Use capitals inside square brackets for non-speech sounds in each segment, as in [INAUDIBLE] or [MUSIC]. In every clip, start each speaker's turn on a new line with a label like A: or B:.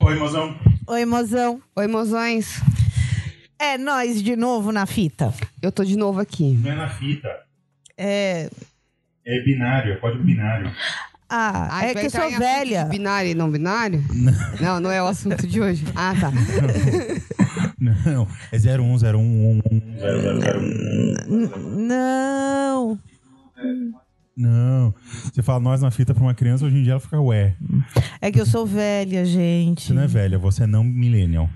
A: Oi, mozão.
B: Oi, mozão.
C: Oi, mozões.
B: É nós de novo na fita.
C: Eu tô de novo aqui.
A: Não é na fita.
B: É.
A: É binário, é código binário.
B: Ah,
C: Ah,
B: é
C: tu vai
B: que eu
C: entrar
B: sou
C: em assunto
B: velha.
C: de Binário e
B: [LAUGHS]
C: não binário? Não, não é o assunto de hoje. Ah, tá.
D: Não, é 0101111.
A: 0001.
B: Não.
D: Não. Você fala nós na fita pra uma criança, hoje em dia ela fica ué.
B: É que eu sou velha, gente.
D: Você não é velha, você é não millennial.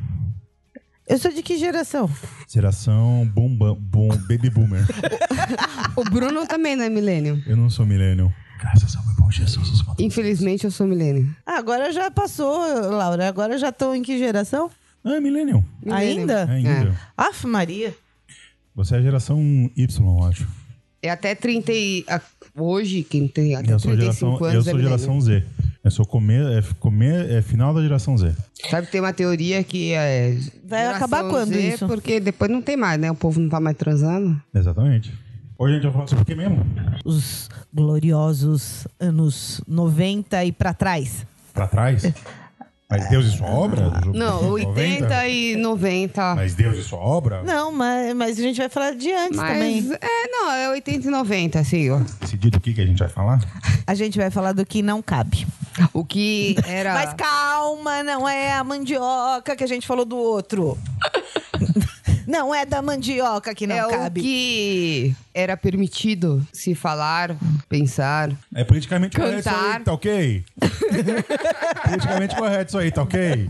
B: Eu sou de que geração?
D: Geração bomba, bom, baby boomer. [LAUGHS]
C: O Bruno também não é milênio.
D: Eu não sou millennial. Graças ao meu bom Jesus, os matou.
C: Infelizmente, eu sou milênio.
B: Ah, agora já passou, Laura. Agora já estão em que geração?
D: Ah, é millennial. É
C: Milênio.
B: Ainda?
D: Ainda.
B: Aff, Maria.
D: Você é a geração Y, eu acho.
C: É até 30 e... a- Hoje, quem tem até
D: eu sou
C: 35
D: geração,
C: anos
D: eu
C: é
D: sou
C: milênio.
D: geração Z. Eu sou comer, é, comer, é final da geração Z.
C: Sabe, tem uma teoria que é...
B: Vai
C: geração
B: acabar quando
C: Z,
B: isso?
C: Porque depois não tem mais, né? O povo não tá mais transando.
D: Exatamente. Hoje a gente vai falar sobre o que mesmo?
B: Os gloriosos anos 90 e pra trás.
D: Pra trás? Mas Deus e sua obra? [LAUGHS]
C: Não, 80 e 90.
D: Mas Deus e sua obra?
B: Não, mas, mas a gente vai falar de antes
C: Mas,
B: também.
C: é, não, é 80 e 90, assim, ó.
D: Decidido o que, que a gente vai falar?
B: A gente vai falar do que não cabe. [LAUGHS]
C: O que era...
B: Mas calma, não é a mandioca que a gente falou do
C: [LAUGHS]
B: outro. não é da mandioca que não
C: é
B: cabe.
C: o que era permitido se falar, pensar.
D: É politicamente correto isso
C: Cantar.
D: aí, tá ok? politicamente correto isso aí, tá ok?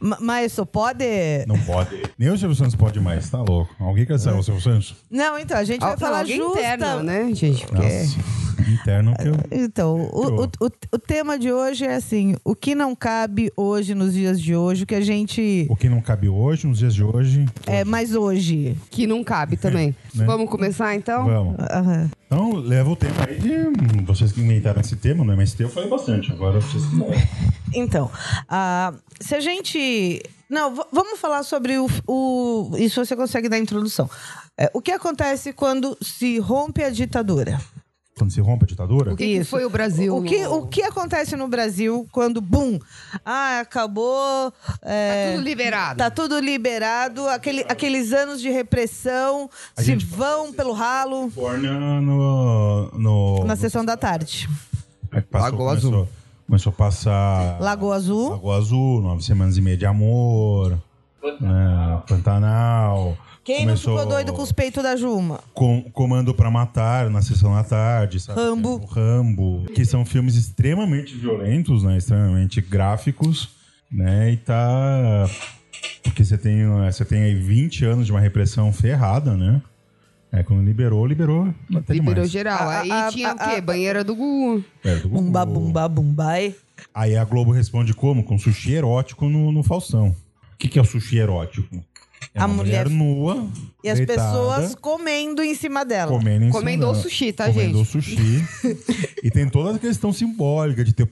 B: Ma- Mas isso pode.
D: Não pode. Nem o Silvio Santos pode mais, tá louco. Alguém quer sair o Silvio Santos?
B: Não, então, a gente vai
C: Al- não,
B: falar
C: Ah, alguém
B: justa.
C: interno, né, gente? Porque
D: Nossa, interno que eu...
B: Então, o,
D: Eu-
B: o, o, o tema de hoje é assim: o que não cabe hoje, nos dias de hoje, o que a gente.
D: O que não cabe hoje, nos dias de hoje...
B: É, mas hoje.
C: que não cabe também.
D: [LAUGHS] Né?
C: Vamos começar, então?
D: Vamos.
B: Aham.
D: Então, leva o tema aí de... hum, Vocês que inventaram esse tema no MST, eu falei bastante. Agora vocês que não.
B: Então, ah, se a gente. Não, v- vamos falar sobre o, o- Isso você consegue dar a introdução. É, o que acontece quando se rompe a ditadura?
D: Quando se rompe a ditadura...
C: O que, que
B: Isso.
C: foi o Brasil?
B: O que,
C: no-
B: o que acontece no Brasil quando, bum, ah, acabou. é,
C: Tá tudo liberado.
B: Tá tudo liberado, aquele, aqueles anos de repressão
D: A
B: se
D: gente
B: vão pelo ralo
D: Califórnia no... no
B: na sessão da tarde.
D: Aí É passou,
C: Lagoa
D: começou, Começou a passar...
B: Lagoa Azul.
D: Lagoa Azul, Nove Semanas e Meia de Amor, né, Pantanal.
B: Quem
D: Começou
B: não ficou doido com os peitos da Juma?
D: Com- Comando pra Matar na sessão da tarde, sabe?
B: Rambo.
D: O Rambo. Que são filmes extremamente violentos, né? Extremamente gráficos, né? E tá. Porque você tem, né, você tem aí 20 anos de uma repressão ferrada, né? É, quando liberou, liberou. Até
C: Liberou
D: demais.
C: geral.
B: A-
C: Aí
B: a-
C: tinha o
B: a-
C: quê?
B: a-
C: Banheira do Gugu.
D: É, do Gugu.
B: Bumba, bumba, bumbai.
D: Aí a Globo responde como? Com sushi erótico no, no Faustão. O que, que é o sushi erótico? É
B: A
D: uma
B: mulher-
D: nua.
B: E as
D: deitada,
B: pessoas comendo em cima dela.
D: comendo em cima
C: Comendo o
D: dela.
C: sushi, tá,
D: Comendo o
C: gente?
D: sushi.
B: [LAUGHS]
D: e tem toda a questão simbólica de ter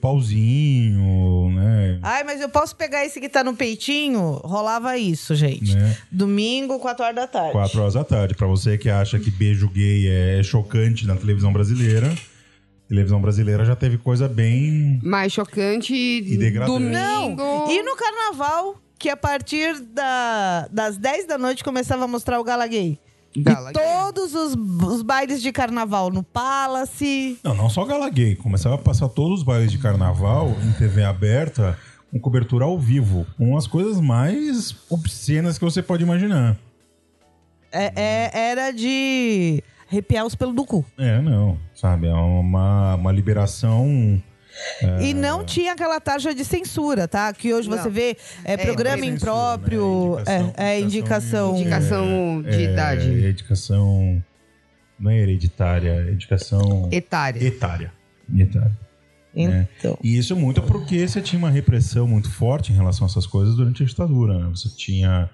D: pauzinho, né?
B: Ai, mas eu posso pegar esse que tá no peitinho? Rolava isso, gente.
D: Né?
B: Domingo, 4 horas da tarde.
D: Quatro horas da tarde. Pra você que acha que beijo gay é chocante na televisão brasileira, a televisão brasileira já teve coisa bem.
C: Mais chocante. E
D: degradante.
C: Domingo.
B: Não, e no carnaval, que a partir da- das 10 da noite começava a mostrar o Gala Gay.
C: Gala
B: e
C: Gay.
B: todos os, os bailes de carnaval no Palace.
D: Não, não só gala gay. Começava a passar todos os bailes de carnaval em TV aberta com cobertura ao vivo. Com as coisas mais obscenas que você pode imaginar.
B: É- é- era de arrepiar os pelos do cu.
D: É, não. Sabe? É uma, uma liberação. É.
B: E não tinha aquela taxa de censura, tá? Que hoje
C: Não.
B: você vê é, programa
D: censura, né?
B: impróprio,
D: Indicação-
B: é, é indicação.
C: Indicação de
D: é,
C: idade.
D: Indicação. Não é hereditária, é indicação.
C: Etária.
D: Etária. Etária. Né?
B: Então.
D: E isso é muito porque você tinha uma repressão muito forte em relação a essas coisas durante a ditadura. Né? Você tinha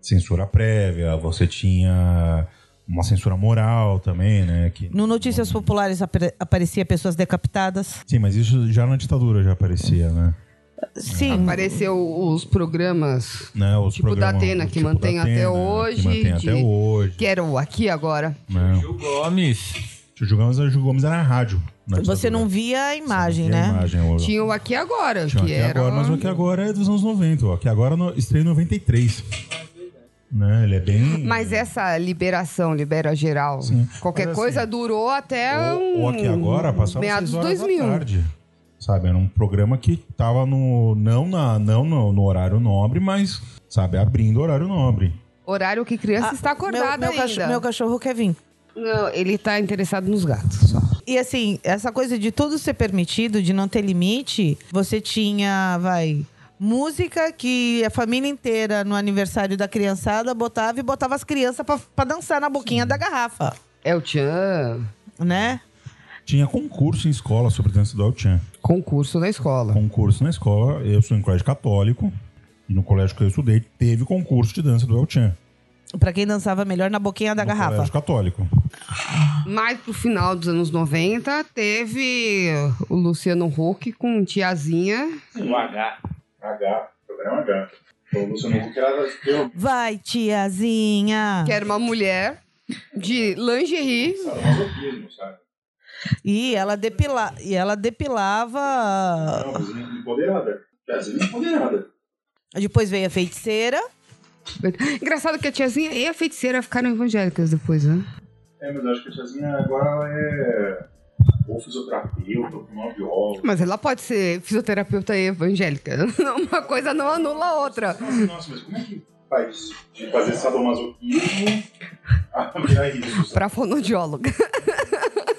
D: censura prévia, você tinha uma censura moral também, né? Que...
B: No Notícias Populares apare- aparecia pessoas decapitadas.
D: Sim, mas isso já na ditadura já aparecia, né?
B: Sim.
C: Apareceu os programas
D: né? Os
C: Tipo da
D: programas-
C: Atena, que
D: tipo da
C: mantém até
D: Atena,
C: hoje,
D: Que mantém
C: que-
D: até hoje.
C: que eram aqui agora.
D: né?
E: Gil Gomes.
D: Tio Gil Gomes, Gil Gomes era na rádio. na
B: Você
D: ditadura.
B: não via a imagem,
D: E a
B: né?
D: imagem, o-
C: Tinha o Aqui Agora,
D: Tinha
C: que
D: aqui
C: era...
D: agora, mas o aqui agora é dos anos 90, ó. Aqui agora no, estreia em 93. Né? Ele é bem.
C: Mas essa liberação, libera geral,
D: Sim.
C: qualquer
D: Mas, assim,
C: coisa durou até
D: O, o aqui
C: um-
D: agora passava
C: meados
D: seis
C: dos
D: horas
C: 2000.
D: da tarde. Sabe, era um programa que tava no não na não no, no horário nobre, mas sabe, abrindo o horário nobre.
C: Horário que criança
B: Ah,
C: está acordada
B: meu, meu
C: ainda.
B: Cachorro, meu cachorro quer vir.
C: Não, ele tá interessado nos gatos. Só.
B: E assim, essa coisa de tudo ser permitido, de não ter limite, você tinha, vai, música que a família inteira no aniversário da criançada botava e botava as crianças pra, pra dançar na boquinha da garrafa,
C: É o Tchan,
B: né?
D: Tinha concurso em escola sobre dança do Altian.
C: concurso na escola.
D: Concurso na escola, eu sou em colégio católico e no colégio que eu estudei teve concurso de dança do Altian.
B: Pra quem dançava melhor na boquinha da garrafa.
D: Colégio católico.
C: Mas pro final dos anos 90, teve o Luciano Huck com tiazinha.
A: Um H. H. Programa H. O Luciano Huck era eu.
B: Vai, tiazinha!
C: que era uma mulher de lingerie.
A: Era masoquismo, sabe?
B: E ela, depila... e ela depilava.
A: Não, vizinha empoderada. Vizinha empoderada.
B: Depois veio a feiticeira.
C: Engraçado que a tiazinha e a feiticeira ficaram evangélicas depois, né?
A: É, mas eu acho que a tiazinha agora ela é ou fisioterapeuta, ou uma bióloga.
C: Mas ela pode ser fisioterapeuta e evangélica. [LAUGHS] Uma coisa não anula a outra.
A: Nossa, nossa, mas como é que faz de fazer sadomasoquismo a virar isso? sabe?
C: Pra fonodióloga.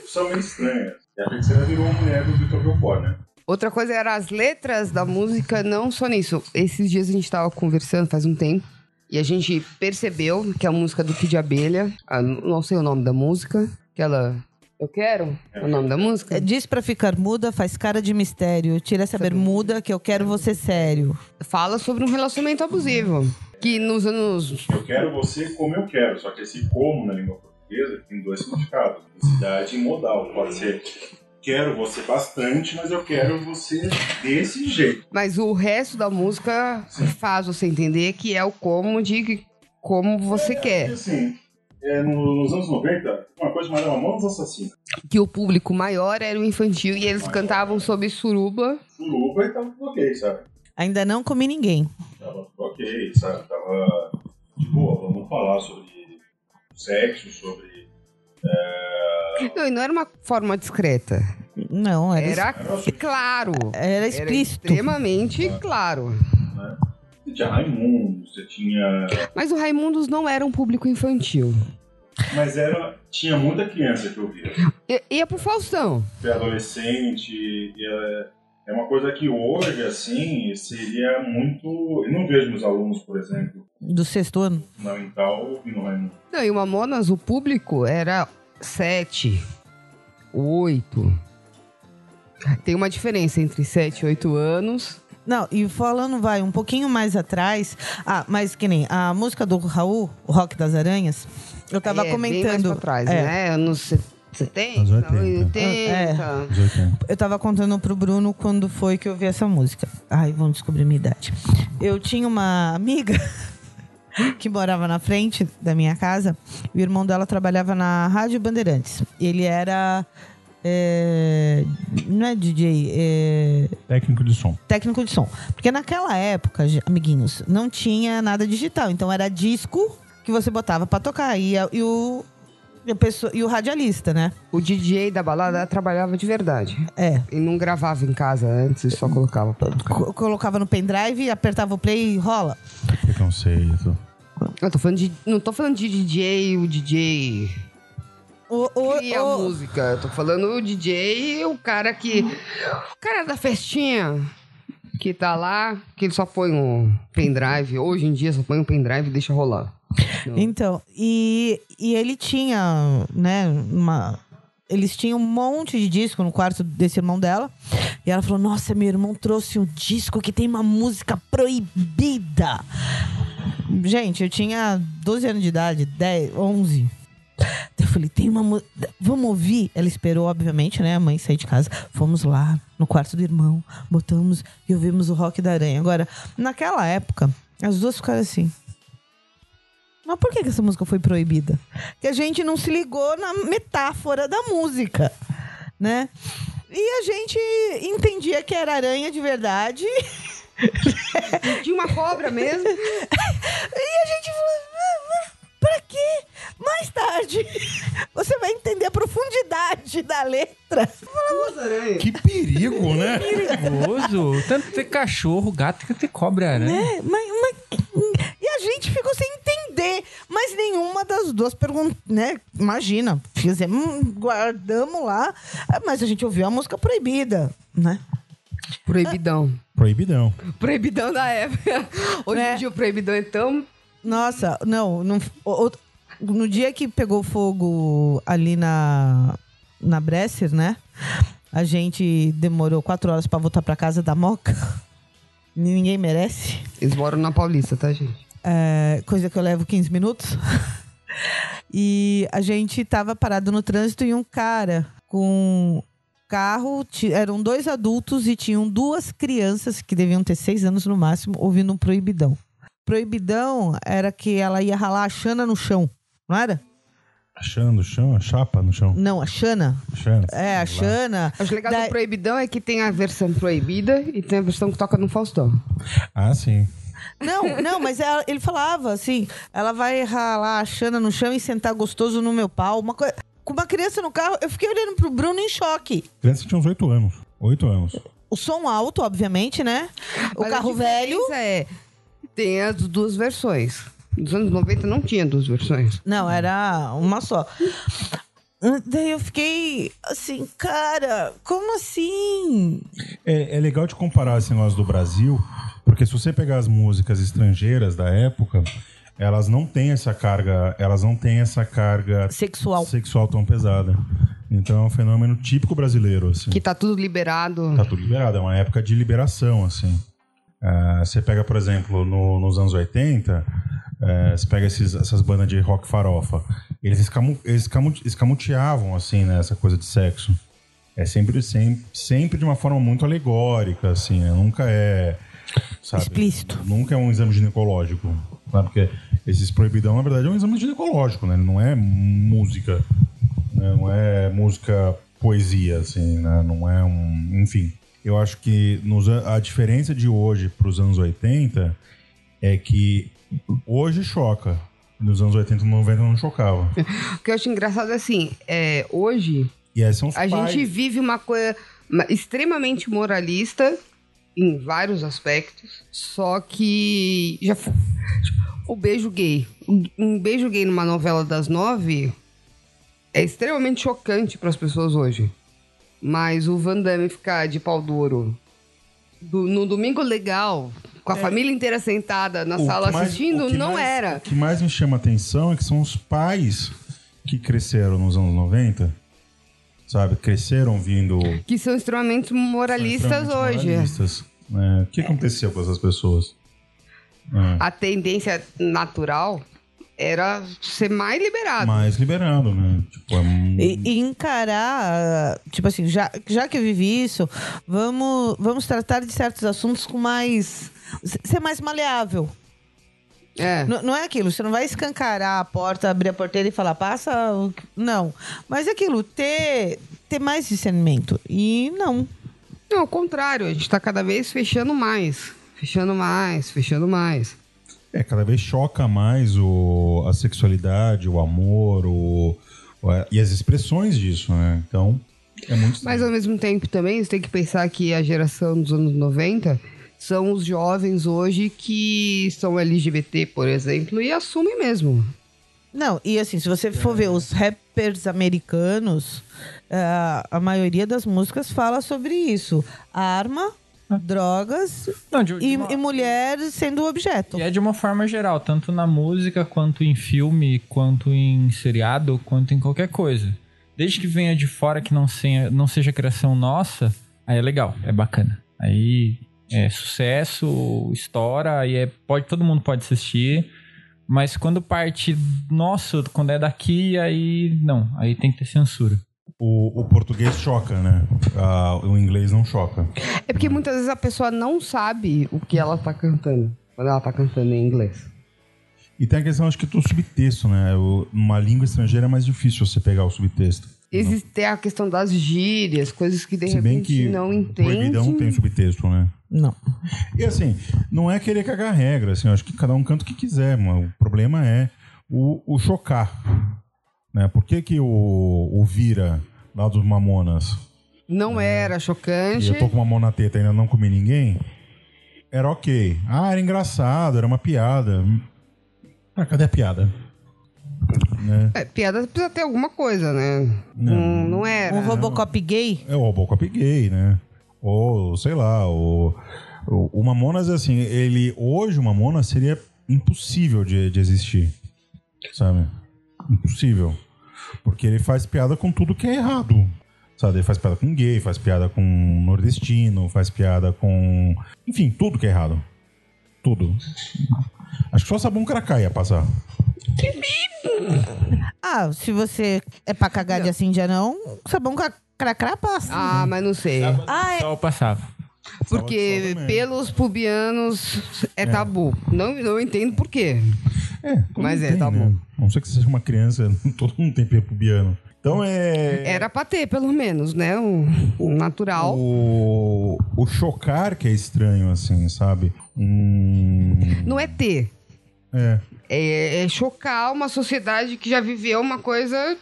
A: São meio estranhas. E a feiticeira virou uma mulher do Vitor Belfort, né?
C: Outra coisa era as letras da música, não só nisso. Esses dias a gente tava conversando faz um tempo e a gente percebeu que a música do Kid Abelha, ah, não sei o nome da música, aquela Eu Quero, é o nome da música?
B: Diz pra ficar muda, faz cara de mistério. Tira essa bermuda que eu quero você sério.
C: Fala sobre um relacionamento abusivo. Que nos anos.
A: Eu quero você como eu quero, só que esse como na língua portuguesa tem dois significados: necessidade e modal. Pode ser quero você bastante, mas eu quero você desse jeito.
C: Mas o resto da música faz você entender que é o como de como você
A: E
C: quer.
A: assim, é, no- nos anos 90, uma coisa chamada Mamonas Assassina.
C: Que o público maior era o infantil e eles cantavam sobre suruba.
A: Suruba e tava tudo ok, sabe?
B: Ainda não comi ninguém.
A: Tava tudo ok, sabe? Tava de boa, vamos falar sobre sexo, sobre.
C: Não, e não era uma forma discreta.
B: Não, era,
C: Era claro.
B: era
C: Era
B: É explícito.
C: extremamente claro.
A: Você tinha Raimundo, você tinha.
C: Mas o Raimundos não era um público infantil.
A: Mas era. Tinha muita criança que eu via.
C: I- ia pro Faustão.
A: ser adolescente. e É, é uma coisa que hoje, assim, seria muito. Eu não vejo meus alunos, por exemplo,
B: Do sexto ano.
A: fundamental ouvindo Raimundo.
C: Não, e o Mamonas, o público era sete, oito. Tem uma diferença entre sete e oito anos.
B: Não, e falando, vai, um pouquinho mais atrás. Ah, mas que nem a música do Raul, o Rock das Aranhas, eu tava
C: Aí é Bem mais
B: comentando.
C: pra trás,
B: é,
C: né? Anos se- 70,
D: Anos
C: 80.
D: 80.
B: É.
D: Os 80.
B: Eu tava contando pro Bruno quando foi que eu vi essa música. Ai, vão descobrir minha idade. Eu tinha uma amiga [LAUGHS] que morava na frente da minha casa. E o irmão dela trabalhava na Rádio Bandeirantes. Ele era. é, não é DJ, é
D: Técnico de som.
B: técnico de som. Porque naquela época, ge- amiguinhos, não tinha nada digital. Então era disco que você botava pra tocar. E, a- e o, e a pessoa- e o radialista, né?
C: O DJ da balada trabalhava de verdade.
B: É.
C: E não gravava em casa antes, e só colocava pra tocar.
B: Co- colocava no pendrive, apertava o play e rola.
D: Preconceito.
C: Eu tô falando de, não tô falando de DJ, o DJ
B: O, o,
C: cria a
B: o-
C: música. Eu tô falando o DJ, o cara que. O cara da festinha que tá lá, que ele só põe um pendrive. Hoje em dia só põe um pendrive e deixa rolar.
B: Então, e, e ele tinha, né, uma. Eles tinham um monte de disco no quarto desse irmão dela. E ela falou: Nossa, meu irmão trouxe um disco que tem uma música proibida. Gente, eu tinha 12 anos de idade, 10, 11. Eu falei, tem uma. mu- Vamos ouvir? Ela esperou, obviamente, né? A mãe sair de casa. Fomos lá, no quarto do irmão, botamos e ouvimos o rock da aranha. Agora, naquela época, as duas ficaram assim. Mas por que, que essa música foi proibida? Que a gente não se ligou na metáfora da música. né? E a gente entendia que era aranha de verdade. [LAUGHS]
C: De uma cobra mesmo.
B: E a gente falou, "Ah, mas pra quê? Mais tarde, [LAUGHS] você vai entender a profundidade da letra.
D: Que perigo, né?
E: [LAUGHS] Perigoso. Tanto ter cachorro, gato, que ter cobra, né?
B: É, mas, mas- E a gente ficou sem entender. Mas nenhuma das duas perguntas, né? Imagina, fizemos, guardamos lá, ah, mas a gente ouviu a música proibida, né?
C: Proibidão.
D: Proibidão.
C: [LAUGHS] Proibidão da época. Hoje
B: É.
C: em dia o proibidão é tão.
B: Nossa, não, não o- o- no dia que pegou fogo ali na, na Bresser, né? A gente demorou quatro horas pra voltar pra casa da Moca. [LAUGHS] Ninguém merece.
C: Eles moram na Paulista, tá, gente?
B: É, coisa que eu levo 15 minutos. [LAUGHS] E a gente tava parado no trânsito e um cara com carro, ti- eram dois adultos e tinham duas crianças que deviam ter seis anos no máximo, ouvindo um proibidão. Proibidão era que ela ia ralar a Xana no chão, não era?
D: A chana no chão, a chapa no chão.
B: Não, a Xana.
D: Chana.
B: É, a
D: sei lá.
B: Xana.
C: Acho legal
B: Da-
C: do proibidão é que tem a versão proibida e tem a versão que toca no Faustão.
D: Ah, sim.
B: Não, não, mas ela- ele falava assim: ela vai ralar a Xana no chão e sentar gostoso no meu pau. Uma coi- Com uma criança no carro, eu fiquei olhando pro Bruno em choque.
D: Criança tinha uns oito anos. Oito anos.
B: O som alto, obviamente, né? O
C: Mas a
B: carro
C: diferença
B: velho.
C: É, tem as duas versões. Nos anos 90 não tinha duas versões.
B: Não, era uma só. Daí eu fiquei assim, cara, como assim?
D: É, é legal de comparar esse negócio do Brasil, porque se você pegar as músicas estrangeiras da época, elas não têm essa carga, elas não têm essa carga
B: Sexual.
D: sexual tão pesada. Então é um fenômeno típico brasileiro, assim.
C: Que tá tudo liberado.
D: Tá tudo liberado, é uma época de liberação, assim. Ah, você pega, por exemplo, no- nos anos 80, eh, você pega esses- essas bandas de rock farofa. Eles escamu, eles escamu- escamoteavam, assim, né, essa coisa de sexo. É sempre, sempre, sempre de uma forma muito alegórica, assim, né? Nunca é. sabe,
B: Explícito.
D: Nunca é um exame ginecológico. Né? Porque esses proibidão, na verdade, é um exame ginecológico, né? Ele não é música. né? Não é música poesia, assim, né? Não é um. Enfim. Eu acho que nos, an- a diferença de hoje para os anos 80 é que hoje choca. Nos anos 80 e 90 não chocava.
C: O que eu acho engraçado é assim, é, hoje
D: E aí são os
C: a
D: pais.
C: gente vive uma coisa uma- extremamente moralista em vários aspectos, só que já f- o beijo gay, um- um beijo gay numa novela das nove é extremamente chocante para as pessoas hoje. Mas o Van Damme ficar de pau duro do- no domingo legal, com a família inteira sentada na
D: É. O
C: sala
D: que mais-
C: assistindo,
D: o que
C: não
D: mais-
C: era.
D: O que mais me chama atenção é que são os pais que cresceram nos anos 90, sabe? Cresceram vindo.
C: Que são extremamente moralistas
D: extremamente
C: hoje.
D: moralistas, né? O que aconteceu com essas pessoas? É,
C: a tendência natural era ser mais liberado.
D: mais liberado, né? Tipo, é um-
B: E, e encarar, tipo assim, já, já que eu vivi isso, vamos, vamos tratar de certos assuntos com mais. ser mais maleável.
C: É.
B: N- não é aquilo, você não vai escancarar a porta, abrir a porteira e falar, passa. o que-" Não. Mas é aquilo, ter, ter mais discernimento. E não.
C: Não, ao contrário, a gente tá cada vez fechando mais. Fechando mais, fechando mais.
D: É, cada vez choca mais o, a sexualidade, o amor, o, o- é, e as expressões disso, né? Então, é muito
C: Mas
D: estranho.
C: ao mesmo tempo também, você tem que pensar que a geração dos anos 90 são os jovens hoje que são LGBT, por exemplo, e assumem mesmo.
B: Não, e assim, se você for ver os rappers americanos, ah, a maioria das músicas fala sobre isso. Arma, drogas
E: Não, de- de
B: e,
E: uma-
B: e mulher sendo objeto.
E: E é de uma forma geral, tanto na música, quanto em filme, quanto em seriado, quanto em qualquer coisa. Desde que venha de fora, que não seja, não seja criação nossa, aí é legal, é bacana. Aí é sucesso, estoura, aí é, pode, todo mundo pode assistir. Mas quando parte nosso, quando é daqui, aí não, aí tem que ter censura.
D: o, o português choca, né? Ah, o inglês não choca.
C: É porque muitas vezes a pessoa não sabe o que ela tá cantando quando ela tá cantando em inglês.
D: E tem a questão, acho que, do subtexto, né? O- Uma língua estrangeira é mais difícil você pegar o subtexto.
C: Existe a questão das gírias, coisas que de
D: Se bem
C: repente
D: que
C: não
D: o proibidão
C: entende.
D: tem subtexto, né?
B: Não.
D: E assim, não é querer cagar regra, assim, eu acho que cada um canta o que quiser, mano. O problema é o, o chocar. Né? Por que, que o, o Vira, lá dos Mamonas,
C: Não era
D: e
C: chocante.
D: É. eu tô com uma mão na teta e ainda não comi ninguém, era ok. Ah, era engraçado, era uma piada. Ah, cadê a piada? Né?
C: É, piada precisa ter alguma coisa, né? Não, não era.
B: Um Robocop gay?
D: É o Robocop gay, né? Ou, sei lá, o, o, o Mamonas, assim, ele... Hoje o Mamonas seria impossível de, de existir, sabe? Impossível. Porque ele faz piada com tudo que é errado, sabe? Ele faz piada com gay, faz piada com nordestino, faz piada com... Enfim, tudo que é errado. Tudo. Acho que só sabão cracá ia passar.
B: Ah, se você é pra cagar de assim já não, sabão ca- cracrá passa.
C: Ah, mas não sei.
B: Ah, é-
E: Só o passava.
D: Sábado
C: Porque
D: também.
C: pelos pubianos é tabu. Não, não entendo por quê.
D: É,
C: Mas é,
D: tem,
C: tá
D: né?
C: bom.
D: A não ser que você seja uma criança, [LAUGHS] todo mundo tem pepubiano. Então é...
C: Era pra ter, pelo menos, né? Um, um natural.
D: O, o chocar que é estranho, assim, sabe? Hum,
C: Não é ter.
D: é,
C: É, é chocar uma sociedade que já viveu uma coisa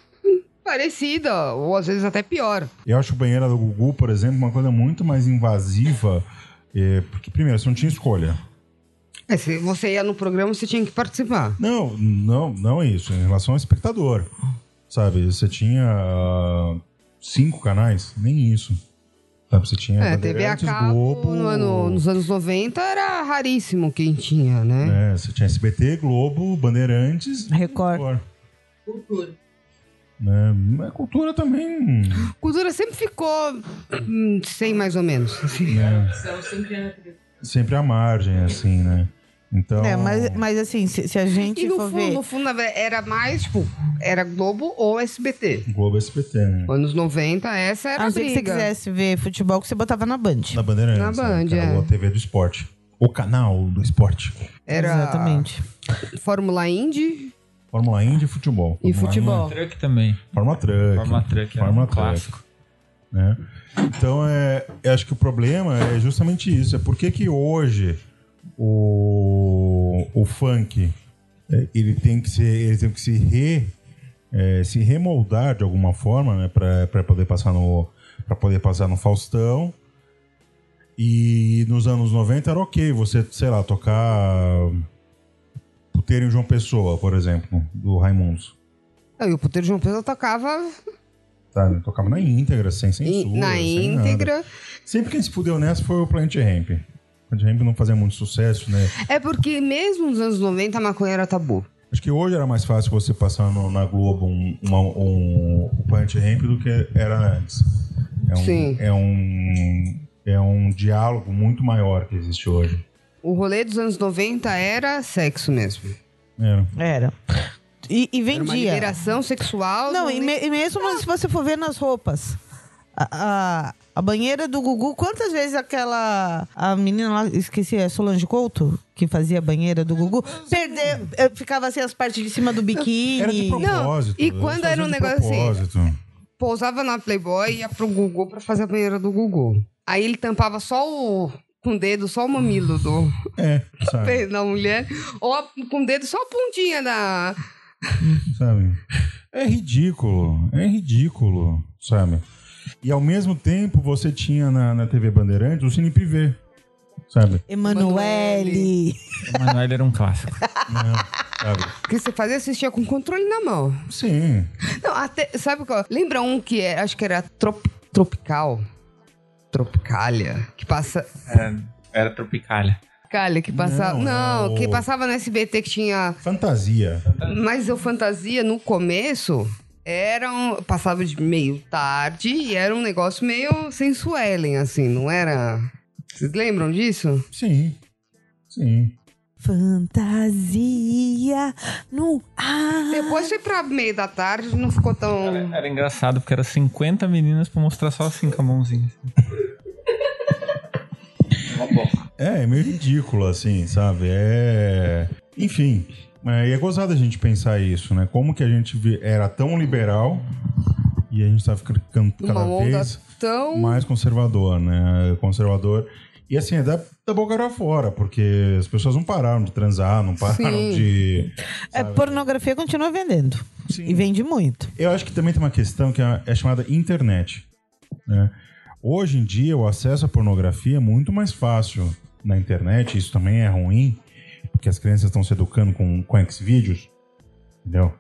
C: parecida, ou às vezes até pior.
D: eu acho o banheiro do Gugu, por exemplo, uma coisa muito mais invasiva. é, porque, primeiro, você não tinha escolha.
C: É, se você ia no programa, você tinha que participar.
D: Não, não, não é isso. Em relação ao espectador, sabe? Você tinha ah, cinco canais, nem isso. Sabe? Você tinha
C: É, TV a
D: Bandeirantes,
C: cabo,
D: Globo...
C: no ano- nos anos 90, era raríssimo quem tinha, né?
D: É, você tinha SBT, Globo, Bandeirantes...
B: Record.
D: Cultura.
F: Cultura.
D: Né? Mas cultura também...
C: Cultura sempre ficou hum, sem mais ou menos.
D: né?
F: São sempre anacreditáveis.
D: sempre à margem, assim, né? Então.
B: É, mas, mas assim, se, se a gente
C: E no
B: for
C: fundo,
B: ver.
C: no fundo, na ve- era mais, tipo, era Globo ou SBT.
D: Globo SPT, né?
C: Anos 90, essa
B: Ah,
C: era
B: A
C: a
B: não ser que você
C: briga.
B: quisesse ver futebol, que você botava na Band.
D: Na Bandeirantes.
C: Na Band,
D: né? Era
C: é.
D: a TV do esporte. O canal do esporte.
C: Era
B: Exatamente.
C: Fórmula Indy
D: Fórmula Indy e futebol.
C: e
D: Fórmula
C: futebol.
E: Truck também.
D: Indy, Fórmula Truck.
E: Forma truck. Era
D: Fórmula
E: um
D: Truck.
E: clássico.
D: né? Então, é, eu acho que o problema é justamente isso. É por que que hoje o, o funk é, ele tem que se, ele tem que se, re, é, se remoldar de alguma forma, né? Para poder passar no para poder passar no Faustão. E nos anos 90 era ok você, sei lá, tocar Puteiro em João Pessoa, por exemplo, do Raimundos.
C: Não, e o puteiro João Pedro tocava
D: Sabe? Tocava na íntegra, sem
C: em-
D: censura.
C: na
D: sem nada.
C: íntegra.
D: Sempre quem se fudeu nessa foi o Planet Ramp. O Planet Ramp não fazia muito sucesso, né?
C: É porque mesmo nos anos 90 a maconha era tabu.
D: Acho que hoje era mais fácil você passar no- na Globo um, uma- um- o Planet Ramp do que era antes. É um,
C: Sim.
D: É um, é um diálogo muito maior que existe hoje.
C: O rolê dos anos 90 era sexo mesmo.
D: Era.
B: Era. E, e
C: Era uma
B: vendia.
C: liberação Ah. sexual.
B: Não, e, me- e mesmo se você for ver nas roupas. A, a, a banheira do Gugu, quantas vezes aquela. A menina lá, esqueci, é Solange Couto, que fazia a banheira do Gugu,
C: Ah,
B: perdeu. eh, Ficava assim as partes de
C: [LAUGHS]
B: cima do
D: Era de
B: biquíni.
D: propósito.
C: e
D: eles
C: quando era
D: faziam
C: um
D: de
C: negócio assim?
D: propósito.
C: pousava na Playboy e ia pro Google pra fazer a banheira do Google. Aí ele tampava só o. com o dedo, só o mamilo do, [LAUGHS]
D: É, sabe?
C: da mulher. Ou a- com o dedo, só a pontinha da.
D: sabe? É ridículo, é ridículo, sabe? E ao mesmo tempo você tinha na, na TV Bandeirantes o Cine Privé, sabe?
B: Emanuele.
E: O Manuel era um clássico.
D: Sabe?
C: que você fazia, assistia com o controle na mão.
D: Sim.
C: Não, até. Sabe qual? Lembra um que era, acho que era trop, Tropical? Tropicália? Que passa.
E: Era Tropicália.
C: Calha, que passava.
D: Não,
C: Não,
D: é o-
C: que passava na SBT que tinha.
D: Fantasia.
C: Mas eu fantasia no começo. Era um, passava de meio tarde e era um negócio meio sensuelen, assim, não era? Vocês lembram disso?
D: Sim. Sim.
B: Fantasia no ar.
C: Depois foi pra meio da tarde, não ficou tão.
E: Era engraçado porque era 50 meninas pra mostrar só assim com a mãozinha.
D: É, é meio ridículo, assim, sabe? É. Enfim. É, e é gozado a gente pensar isso, né? Como que a gente vi- era tão liberal e a gente tá ficando can- cada
C: Uma onda
D: vez
C: tão.
D: mais conservador, né? Conservador. E assim, é da, da boca pra fora, porque as pessoas não pararam de transar, não pararam
C: Sim.
D: de.
B: É, pornografia continua vendendo.
D: Sim.
B: E vende muito.
D: Eu acho que também tem uma questão que é, é chamada internet. né? Hoje em dia, o acesso à pornografia é muito mais fácil na internet. Isso também é ruim, porque as crianças estão se educando com, com Xvideos, entendeu?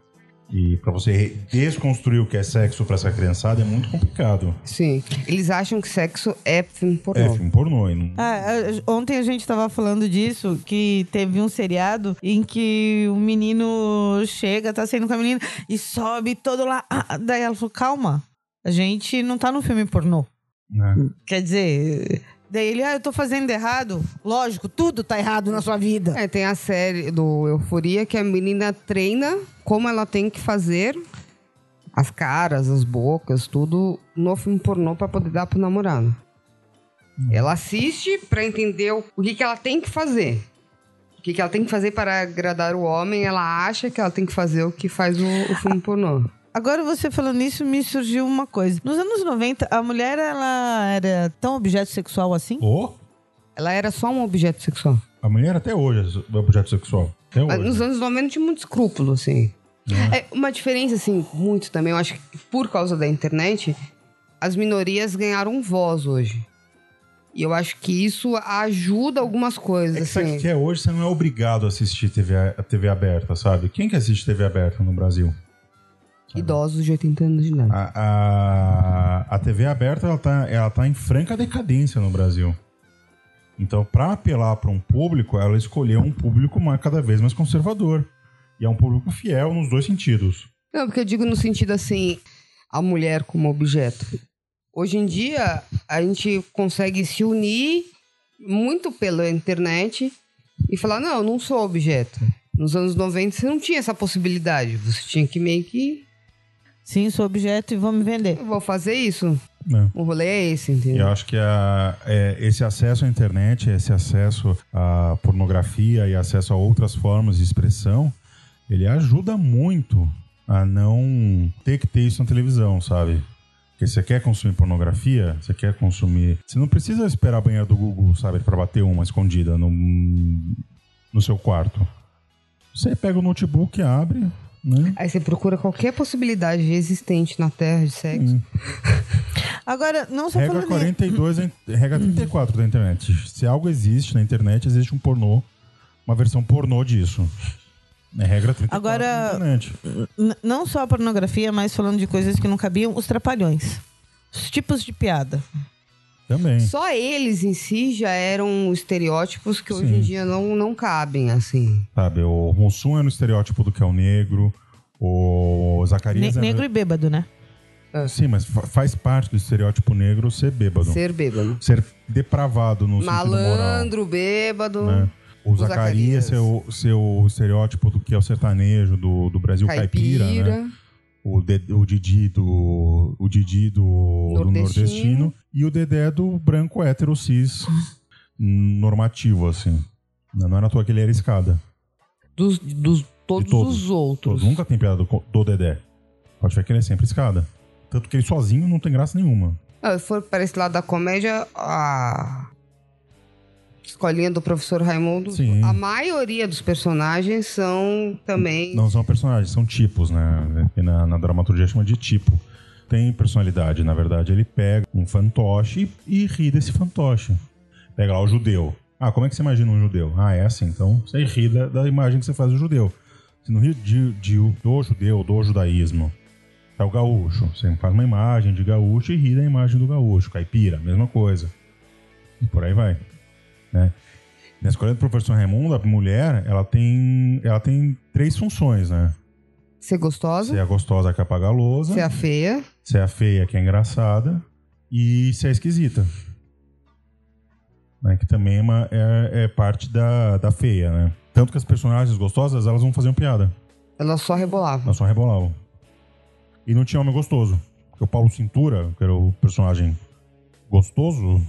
D: E pra você desconstruir o que é sexo pra essa criançada é muito complicado.
C: Sim. Eles acham que sexo é
D: É
C: filme pornô.
D: filme pornô. E não...
B: Ah, ah, ontem a gente tava falando disso, que teve um seriado em que o menino chega, tá saindo com a menina e sobe todo lá. Ah, daí ela falou: calma, a gente não tá no filme pornô.
D: né?
C: Hum.
B: Quer dizer. Daí ele, ah, eu tô fazendo errado. Lógico, tudo tá errado na sua vida.
C: [LAUGHS] É, tem a série do Euforia que a menina treina como ela tem que fazer as caras, as bocas, tudo no filme pornô pra poder dar pro namorado. Ela assiste pra entender o o que, que ela tem que fazer. O que, que ela tem que fazer para agradar o homem, ela acha que ela tem que fazer o que faz o, o filme pornô.
B: Agora você falando isso, me surgiu uma coisa. Nos anos 90, a mulher, ela era tão objeto sexual assim?
D: Ou
C: Ela era só um objeto sexual.
D: a mulher até hoje é objeto sexual. Até
C: Mas
D: hoje. né?
C: nos anos 90 tinha muito escrúpulo, assim. É uma diferença, assim, muito também. Eu acho que por causa da internet, as minorias ganharam voz hoje. E eu acho que isso ajuda algumas coisas,
D: É que sabe o
C: assim.
D: que é hoje? Você não é obrigado a assistir TV, a- TV aberta, sabe? Quem que assiste TV aberta no Brasil? é?
C: Idosos de 80 anos de idade.
D: A, a, a TV aberta ela tá, ela tá em franca decadência no Brasil. Então, para apelar para um público, ela escolheu um público mais, cada vez mais conservador. E é um público fiel nos dois sentidos.
C: Não, porque eu digo no sentido, assim, a mulher como objeto. Hoje em dia, a gente consegue se unir muito pela internet e falar, não, eu não sou objeto. Nos anos 90, você não tinha essa possibilidade. Você tinha que meio que
B: Sim, sou objeto e vou me vender.
C: Eu vou fazer isso.
D: né?
C: O rolê é esse,
D: E
C: entendeu?
D: eu acho que a- é, esse acesso à internet, esse acesso à pornografia e acesso a outras formas de expressão, ele ajuda muito a não ter que ter isso na televisão, sabe? Porque você quer consumir pornografia, você quer consumir. Você não precisa esperar a banheira do Google, sabe, Pra bater uma escondida no, no seu quarto. Você pega o notebook, abre, né?
C: Aí você procura qualquer possibilidade existente na Terra de sexo.
B: Agora, não só
D: Regra
B: falando Uhum. nisso.
D: 42, en- regra 34 da internet. Se algo existe na internet, existe um pornô, uma versão pornô disso. É regra 34
B: Agora-
D: da internet.
B: N- não só a pornografia, mas falando de coisas que não cabiam, os trapalhões. Os tipos de piada.
D: Também.
C: Só eles em si já eram estereótipos que hoje
D: Sim.
C: em dia não, não cabem, assim.
D: Sabe, o Mussum era o estereótipo do que é o negro, o
B: Ne-
D: Zacarias era...
B: negro e bêbado, né?
D: Sim, mas fa- faz parte do estereótipo negro ser bêbado. Ser,
C: Ser bêbado.
D: depravado no sentido
C: Malandro, bêbado.
D: moral. Né? O,
C: O
D: Zacarias,
C: Zacarias.
D: ser o- ser o estereótipo do que é o sertanejo, do, do Brasil caipira,
C: Caipira.
D: né? O, De- o Didi do. O Didi do do nordestino.
C: Nordestino.
D: e o Dedé do branco hétero cis normativo, assim. Não não era à toa que ele era escada.
C: Dos, dos, todos,
D: todos.
C: os
D: Pô,
C: outros.
D: Nunca tem piada do, co- do Dedé. Pode ver que ele é sempre escada. Tanto que ele sozinho não tem graça nenhuma.
C: Ah, se for para esse lado da comédia, a escolinha do professor Raimundo,
D: Sim.
C: a maioria dos personagens são também
D: Não são personagens, são tipos, né? E na, na dramaturgia chama de tipo. Tem personalidade, na verdade. Ele pega um fantoche e, e ri desse fantoche. Pega lá o judeu. Ah, como é que você imagina um judeu? Ah, é assim. Então você ri da, da imagem que você faz do judeu. Você não ri de, de- do judeu, do judaísmo. É o gaúcho. Você faz uma imagem de gaúcho e ri da imagem do gaúcho. Caipira, mesma coisa. E por aí vai. Né? Na escolha do professor Raimundo, a mulher, ela tem, ela tem três funções, né?
C: ser gostosa,
D: Você é a gostosa que apaga a lousa,
C: ser é a feia.
D: você é a feia que é engraçada e você é esquisita. Né, que também é, uma- é- é parte da, da feia, né? Tanto que as personagens gostosas, elas não faziam piada.
C: Ela só rebolava.
D: Elas só rebolavam. E não tinha homem gostoso. Porque o Paulo Cintura, que era o personagem gostoso,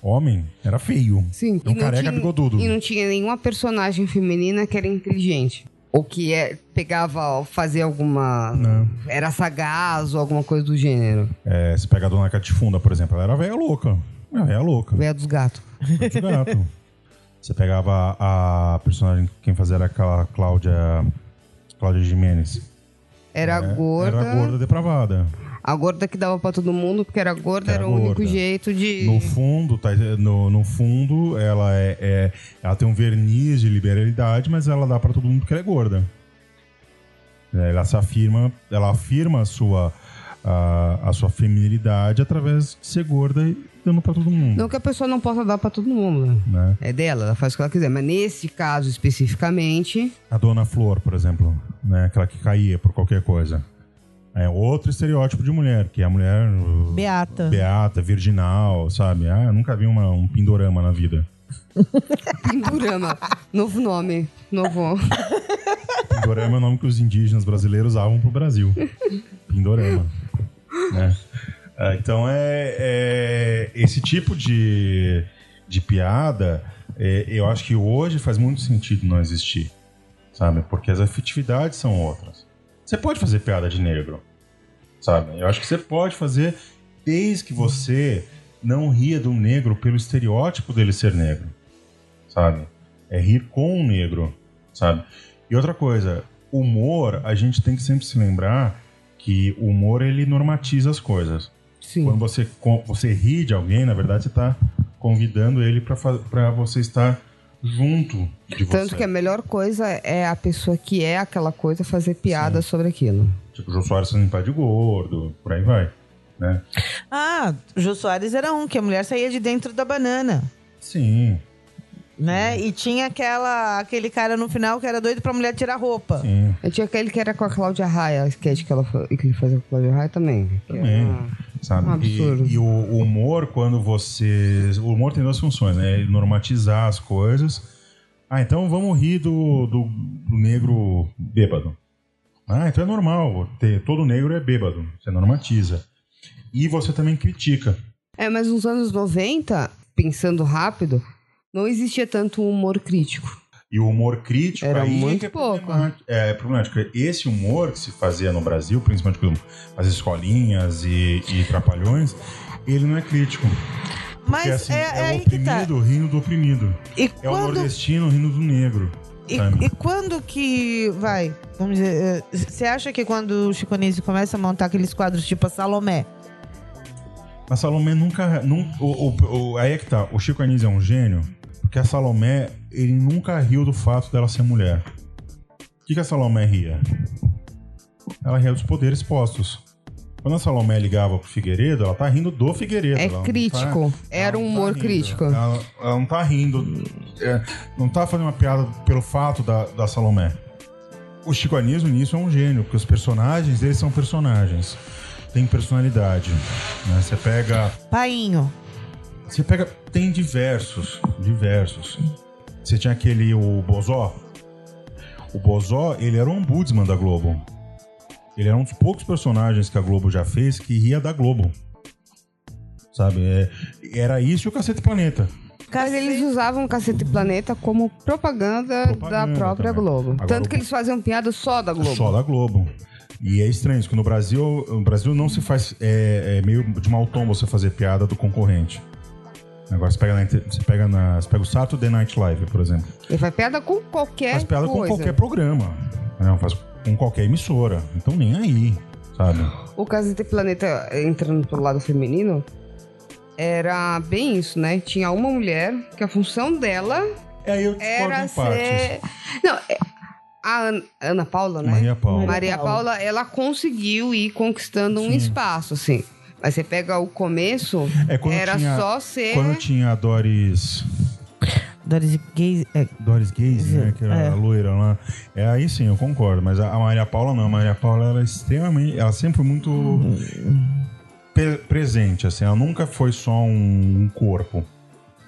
D: homem, era feio.
C: Sim,
D: Então careca bigodudo.
C: e não tinha nenhuma personagem feminina que era inteligente. Ou que é, pegava, fazer alguma.
D: Não.
C: Era sagaz ou alguma coisa do gênero.
D: É, se pega a dona Catifunda, por exemplo, ela era velha louca. Era velha louca.
C: Véia dos gatos.
D: Foi de gato. Você pegava a personagem, quem fazia era aquela Cláudia. Cláudia Jimenez.
C: Era
D: É,
C: gorda.
D: Era gorda depravada.
C: A gorda que dava pra todo mundo, porque era gorda,
D: Era
C: era, o único
D: gorda.
C: jeito de.
D: No fundo, tá, no, no fundo, ela é, é- Ela tem um verniz de liberalidade, mas ela dá pra todo mundo porque ela é gorda. É, Ela se afirma, ela afirma a sua, a, a sua feminilidade através de ser gorda e dando pra todo mundo.
C: Não que a pessoa não possa dar pra todo mundo. né?
D: né?
C: É dela, ela faz o que ela quiser. Mas nesse caso especificamente, [LAUGHS]
D: A dona Flor, por exemplo, né? aquela que caía por qualquer coisa. É outro estereótipo de mulher, que é a mulher uh,
B: Beata.
D: beata, virginal, sabe? Ah, eu nunca vi uma- um pindorama na vida.
C: Pindurama. novo nome. Novo.
D: Pindorama é o nome que os indígenas brasileiros usavam pro Brasil. Pindorama. né? Ah, Então é, é- esse tipo de, de piada, é, eu acho que hoje faz muito sentido não existir, sabe? Porque as afetividades são outras. Você pode fazer piada de negro, sabe? Eu acho que você pode fazer desde que você não ria do negro pelo estereótipo dele ser negro, sabe? É rir com o negro, sabe? E outra coisa, humor, a gente tem que sempre se lembrar que o humor ele normatiza as coisas.
C: Sim.
D: Quando você, co- você ri de alguém, na verdade você está convidando ele para você estar junto de você.
C: Tanto que a melhor coisa é a pessoa que é aquela coisa fazer piada sobre aquilo.
D: Tipo, o Jô Soares se limpar de gordo, por aí vai. Né?
B: Ah, Jô Soares era um, que a mulher saía de dentro da banana.
D: Sim,
B: Né? E tinha aquela, aquele cara no final que era doido pra mulher tirar roupa.
D: sim.
C: Eu tinha aquele que era com a Cláudia Raia, a sketch que, ela, fa- que ele fazia com a Cláudia Raia também. Que
D: Também.
C: era-
D: Sabe?
C: Um absurdo.
D: E, e o humor, quando você. O humor tem duas funções, né? Ele normatizar as coisas. Ah, então vamos rir do, do, do negro bêbado. Ah, então é normal. ter- todo negro é bêbado. Você normatiza. E você também critica.
C: É, mas nos anos 90, pensando rápido, não existia tanto humor crítico.
D: E o humor crítico
C: Era
D: aí
C: muito
D: que é
B: né?
C: pouco.
D: problemático. É, é problemático. Esse humor que se fazia no Brasil, principalmente com as escolinhas e, e trapalhões, ele não é crítico.
B: Mas
D: Porque, assim,
B: é,
D: é,
B: é
D: o
B: aí que tá.
D: oprimido rindo do oprimido.
B: E
D: É o
B: quando,
D: nordestino rindo do negro.
B: e,
D: sabe?
B: e quando que. Vai, vamos dizer. é, Você acha que quando o Chico Anísio começa a montar aqueles quadros tipo a Salomé?
D: Mas Salomé nunca. nun- o, o- o- aí é que tá. O Chico Anísio é um gênio, porque a Salomé, ele nunca riu do fato dela ser mulher. O que, que a Salomé ria? Ela ria dos poderes postos. Quando a Salomé ligava pro Figueiredo, ela tá rindo do Figueiredo.
C: É
D: ela não tá-
C: crítico.
D: ela
C: Era
D: não
C: um
D: tá
C: humor
D: rindo.
C: crítico.
D: Ela, ela não tá rindo. é, não tá fazendo uma piada pelo fato da, da Salomé. O Chico Anísio nisso é um gênio, porque os personagens, eles são personagens. Tem personalidade. né? Você pega.
B: Painho.
D: Você pega. Tem diversos. Diversos. Você tinha aquele. O Bozó. O Bozó, ele era um ombudsman da Globo. Ele era um dos poucos personagens que a Globo já fez que ria da Globo. Sabe? É- era isso e o Cacete Planeta.
C: Mas eles usavam o Cacete Planeta como propaganda,
D: Propaganda
C: da própria
D: também.
C: Globo.
D: Agora
C: Tanto
D: o-
C: que eles faziam piada só da Globo.
D: Só da Globo. E é estranho, isso, que no Brasil, no Brasil não se faz. É, é meio de mau tom você fazer piada do concorrente. Agora você pega, na, inter- você pega, na, você pega o Saturday Night Live, por exemplo.
C: Ele faz piada com qualquer
D: faz piada
C: coisa.
D: com qualquer programa. Não, faz com qualquer emissora. Então nem aí, sabe?
C: O Casete Planeta, entrando pro lado feminino, era bem isso, né? Tinha uma mulher que a função dela
D: É, eu discordo
C: era
D: em partes.
C: ser. Não, é- a Ana, Ana Paula, né?
D: Maria Paula.
C: Maria Paula, ela conseguiu ir conquistando um
D: É Sim.
C: espaço, assim. Mas você pega o começo,
D: É, quando
C: era
D: tinha-
C: só ser.
D: Quando tinha a Doris.
B: Doris Gaze. é,
D: Doris Gaze,
C: Uhum,
D: né? Que era
B: É.
D: a loira lá. É, aí sim, eu concordo. Mas a a Maria Paula não. A Maria Paula era extremamente. Ela sempre foi muito. pe- presente, assim. Ela nunca foi só um, um corpo.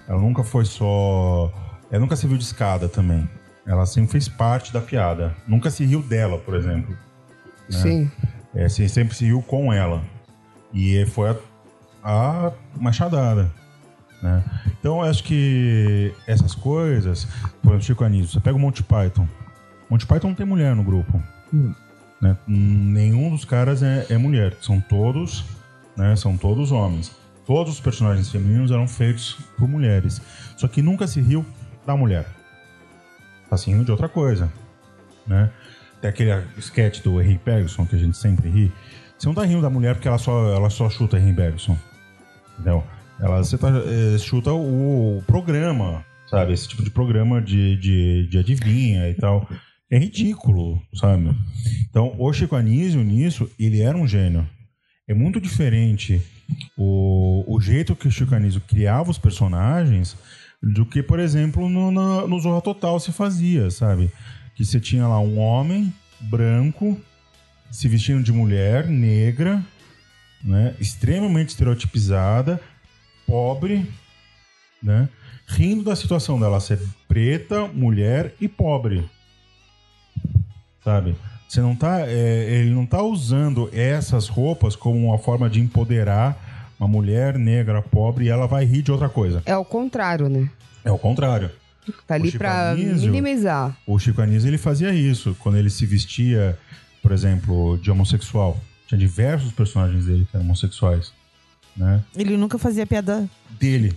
D: Ela nunca foi só. Ela nunca se viu de escada também. Ela sempre fez parte da piada. Nunca se riu dela, por exemplo.
C: Sim.
D: É, assim, sempre se riu com ela. E foi a, a machadada. Né? Então, eu acho que essas coisas, por exemplo, Chico Anísio, você pega o Monty Python. Monty Python não tem mulher no grupo. Né? Nenhum dos caras é, é mulher. São todos, né? São todos homens. Todos os personagens femininos eram feitos por mulheres. Só que nunca se riu da mulher. Tá se rindo de outra coisa. Né? Tem aquele sketch do Henry Peterson que a gente sempre ri. Você não tá rindo da mulher porque ela só, ela só chuta Henry Peterson. Entendeu? Ela você tá, eh, chuta o, o programa, sabe? Esse tipo de programa de, de, de adivinha e tal. É ridículo, sabe? Então, o Chico Anísio, nisso, ele era um gênio. É muito diferente o, o jeito que o Chico Anísio criava os personagens do que, por exemplo, no, na- no Zorra Total se fazia, sabe? Que você tinha lá um homem branco se vestindo de mulher negra, né? extremamente estereotipizada, pobre, né? rindo da situação dela ser preta, mulher e pobre. Sabe? Você não tá, é, ele não tá usando essas roupas como uma forma de empoderar uma mulher negra pobre e ela vai rir de outra coisa.
C: É o contrário, né?
D: É o contrário. O
C: Tá ali
D: Chico
C: pra
D: Anísio-
C: minimizar.
D: O Chico Anísio ele fazia isso quando ele se vestia, por exemplo, de homossexual. Tinha diversos personagens dele que eram homossexuais, né?
B: Ele nunca fazia piada.
D: Dele,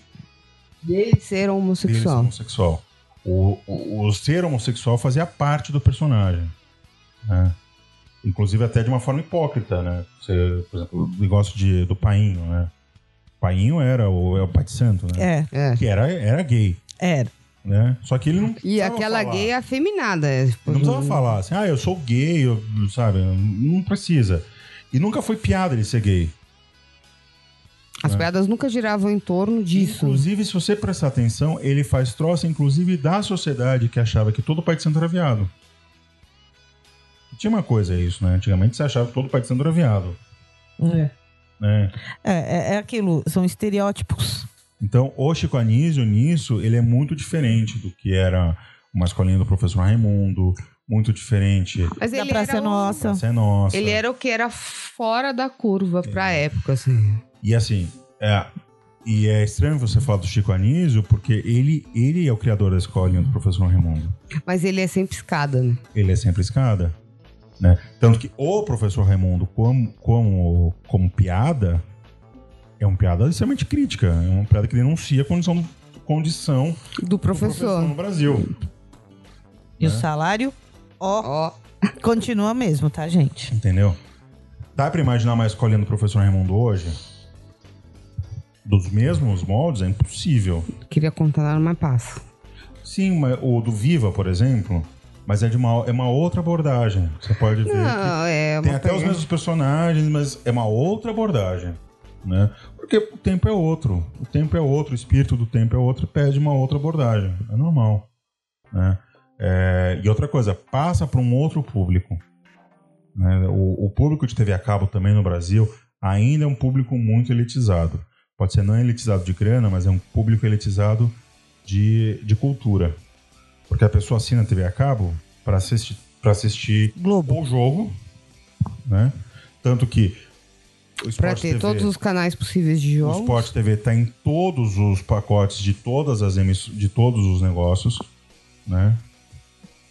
C: Dele ser um
D: dele ser
C: homossexual.
D: homossexual. O, o, o ser homossexual fazia parte do personagem, né? Inclusive até de uma forma hipócrita, né? Você, por exemplo, o negócio de, do Painho, né? Painho era o, é o Pai de Santo, né?
B: É,
C: É.
D: Que era, era gay,
B: era.
D: né? Só que ele não
C: E
D: precisava
C: aquela
D: falar.
C: gay afeminada. é, tipo,
D: Não precisava falar assim, ah, eu sou gay, eu, sabe? Não precisa. E nunca foi piada ele ser gay. É.
C: As piadas nunca giravam em torno disso.
D: Inclusive, se você prestar atenção, ele faz troça, inclusive, da sociedade que achava que todo pai de santo era viado. Tinha uma coisa isso, né? Antigamente você achava que todo pai de santo era viado. Né?
B: É, é, é aquilo, são estereótipos.
D: Então, o Chico Anísio, nisso, ele é muito diferente do que era uma escolinha do professor Raimundo, muito diferente
C: Mas
B: Da
C: ele
B: Praça
C: era, um o...
B: Nossa.
D: Essa é nossa. É.
C: ele era o que era fora da curva pra época, assim.
D: E assim, é, e é estranho você falar do Chico Anísio, porque ele, ele é o criador da escolinha do professor Raimundo.
C: Mas ele é sempre escada, né?
D: Ele é sempre escada. Né? Tanto que o professor Raimundo, como, como, como piada, é uma piada extremamente crítica. É uma piada que denuncia a condição, do- condição
C: Do
D: do professor
C: professor.
D: no Brasil.
B: E o salário, ó,
C: Ó,
B: continua mesmo, tá, gente?
D: Entendeu? Dá pra imaginar uma escolinha do professor Raimundo hoje? Dos mesmos moldes? É impossível.
C: queria contar numa paz.
D: Sim, mas o do Viva, por exemplo, mas é de uma, é uma outra abordagem. Você pode ver. que
C: Não, é uma
D: tem até
C: pe-
D: os mesmos personagens, mas é uma outra abordagem. Né? Porque o tempo é outro. O tempo é outro, o espírito do tempo é outro e pede uma outra abordagem. É normal. Né? É, e outra coisa, passa para um outro público. né? O, o público de TV a cabo também no Brasil ainda é um público muito elitizado. Pode ser não elitizado de grana, mas é um público elitizado de, de cultura. Porque a pessoa assina a TV a cabo para assistir, pra assistir
B: Globo.
D: o jogo, né? Tanto que o
C: Pra
D: Sport
C: ter
D: TV,
C: todos os canais possíveis de
D: o
C: jogos.
D: Sport TV tá em todos os pacotes de todas as emiss... de todos os negócios, né?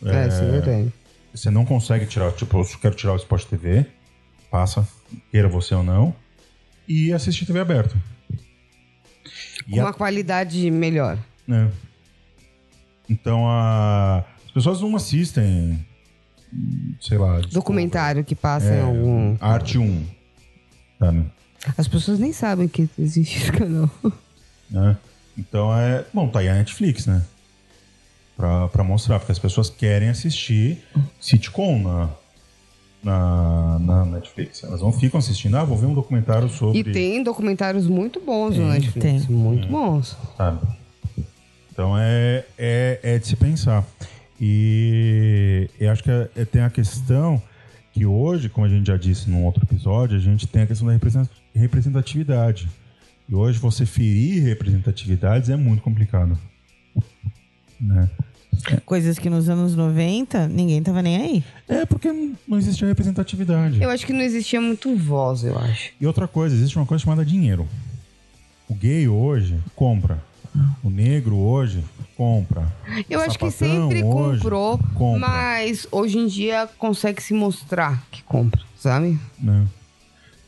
C: É, isso é verdade.
D: Você não consegue tirar, tipo, eu quero tirar o Sport TV, passa, queira você ou não, e assistir TV aberta.
C: Com uma qualidade melhor.
D: né? Então a... as pessoas não assistem, sei lá, Discovery,
C: Documentário que passa em
D: É.
C: algum.
D: Arte 1, sabe?
C: As pessoas nem sabem que existe esse canal.
D: né? Então é. Bom, tá aí a Netflix, né? Pra, pra mostrar, porque as pessoas querem assistir sitcom na, na, na Netflix. Elas não ficam assistindo, ah, vou ver um documentário sobre.
C: E tem documentários muito bons no
D: Tem, É.
C: Netflix.
B: tem.
C: Muito bons.
D: sabe? Então é, é, é de se pensar. E eu acho que é- é- tem a questão que hoje, como a gente já disse num outro episódio, a gente tem a questão da represen- representatividade. E hoje você ferir representatividades é muito complicado. Né?
B: Coisas que nos anos 90 ninguém tava nem aí.
D: É porque não não existe a representatividade.
C: Eu acho que não existia muito voz, eu acho.
D: E outra coisa, existe uma coisa chamada dinheiro. O gay hoje compra. O negro hoje compra.
C: Ah. Eu acho que
D: Sapatão
C: sempre
D: hoje
C: comprou,
D: compra.
C: mas hoje em dia consegue se mostrar que compra, sabe?
D: né?